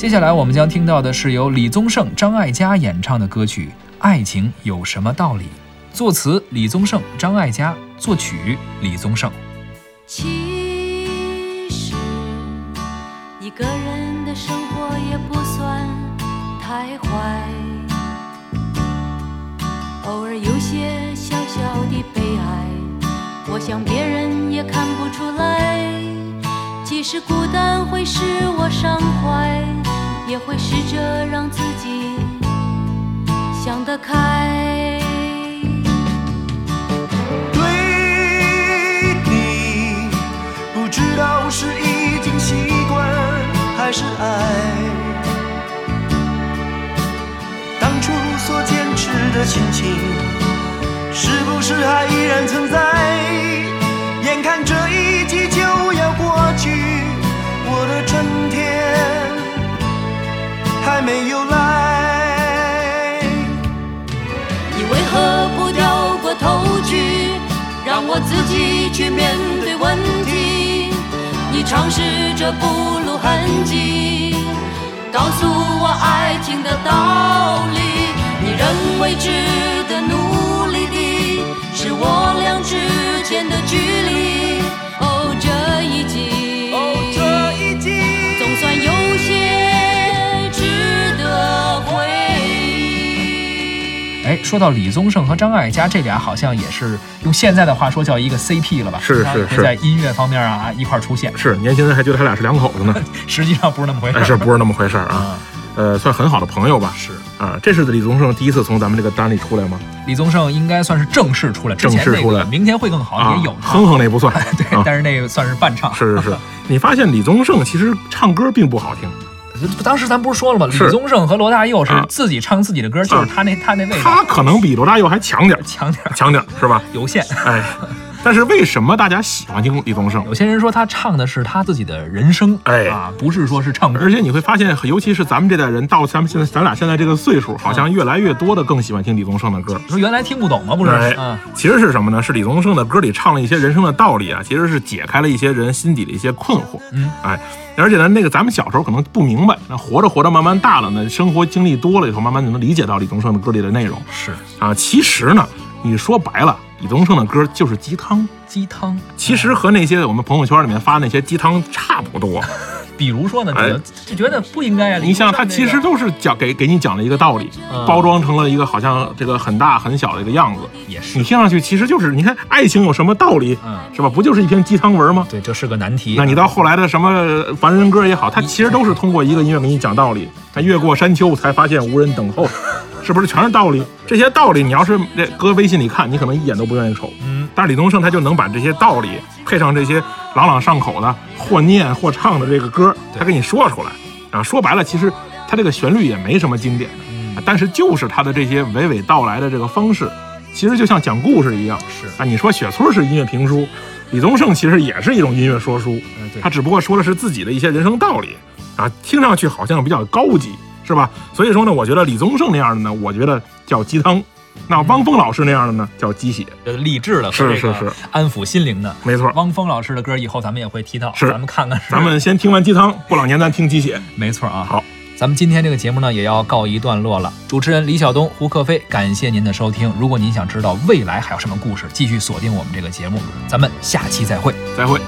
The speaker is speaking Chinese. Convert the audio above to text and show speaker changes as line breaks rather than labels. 接下来我们将听到的是由李宗盛、张艾嘉演唱的歌曲《爱情有什么道理》，作词李宗盛、张艾嘉，作曲李宗盛。
其实一个人的生活也不算太坏，偶尔有些小小的悲哀，我想别人也看不出来。即使孤单会使我伤怀，也会试着让自己想得开。
对你，不知道是已经习惯还是爱。当初所坚持的心情，是不是还依然存在？眼看这一季就要过去，我的春天还没有来。
你为何不掉过头去，让我自己去面对问题？你尝试着不露痕迹，告诉我爱情的道理。你认为值得努力的，是我俩之间的距离。哦，这一季，
哦，这一季。
总算有些值得回忆。
哎，说到李宗盛和张艾嘉这俩，好像也是用现在的话说叫一个 CP 了吧？
是
他们
是是
在音乐方面啊一块儿出现，
是年轻人还觉得他俩是两口子呢，
实际上 不是那么回事
哎，
儿。
是不是那么回事儿啊？
啊，
呃，算很好的朋友吧。
是
啊，这是李宗盛第一次从咱们这个单里出来吗？
李宗盛应该算是正式出来，之前
正式出来
那个明天会更好
啊
也哦有，
哼哼那不算。
对，
啊
但是那个算是伴唱。
是是是，你发现李宗盛其实唱歌并不好听，
当时咱不是说了吗？李
是
宗盛和罗大佑是
啊
自己唱自己的歌，就是他那他那味
他
道
可能比罗大佑还强 点儿，
强点儿，
强点儿是吧？
有 限。
哎，但是为什么大家喜欢听李宗盛？
有些人说他唱的是他自己的人生，
哎
啊，不是说是唱歌
而。且你会发现，尤其是咱们这代人，到咱们现在咱俩现在这个岁数，好像越来越多的更喜欢听李宗盛的歌。
你说原来听不懂吗？不是，
哎
啊，，
其实是什么呢？是李宗盛的歌里唱了一些人生的道理啊，其实是解开了一些人心底的一些困惑。
嗯，
哎，而且呢，那个咱们小时候可能不明白，那活着活着慢慢大了呢，生活经历多了以后，慢慢就能理解到李宗盛的歌里的内容
是
啊。其实呢，你说白了，李宗盛的歌就是鸡汤，
鸡汤。
其实和那些我们朋友圈里面发那些鸡汤差不 多。
比如说呢，
哎
你就觉得不应该啊。
你像他
李宗
其
盛
实都是讲给给你讲了一个道理
嗯，
包装成了一个好像这个很大很小的一个样子。
那个也是
你，听上去其实就是，你看爱情有什么道理，
嗯，
是吧？不就是一篇鸡汤文吗？
对，这是个难题。
那你到后来的什么呃凡人歌也好，它其实都是通过一个音乐给你讲道理。那越过山丘才发现无人 等候，是不是全是道理？这些道理你要是这搁微信里看，你可能一眼都不愿意瞅。
嗯，
但是李宗盛他就能把这些道理配上这些朗朗上口的或念或唱的这个歌，他给你说出来啊。说白了，其实他这个旋律也没什么经典，
嗯
但是就是他的这些娓娓道来的这个方式，其实就像讲故事一样。
是，
啊，你说雪村是音乐评书，李宗盛其实也是一种音乐说书，
嗯对
他只不过说的是自己的一些人生道理，啊，听上去好像比较高级，是吧？所以说呢，我觉得李宗盛那样的呢，我觉得叫鸡汤；那汪峰老师那样的呢，叫鸡血，
这个呃励志的和
是
这个
是是
安抚心灵的。
没错。
汪峰老师的歌以后咱们也会提到，
是
咱们看看是
咱们先听完鸡汤，过两年咱听鸡血。
没错啊。
好，
咱们今天这个节目呢也要告一段落了。主持人李晓东、胡克飞，感谢您的收听。如果您想知道未来还有什么故事，继续锁定我们这个节目，咱们下期再会。
再会。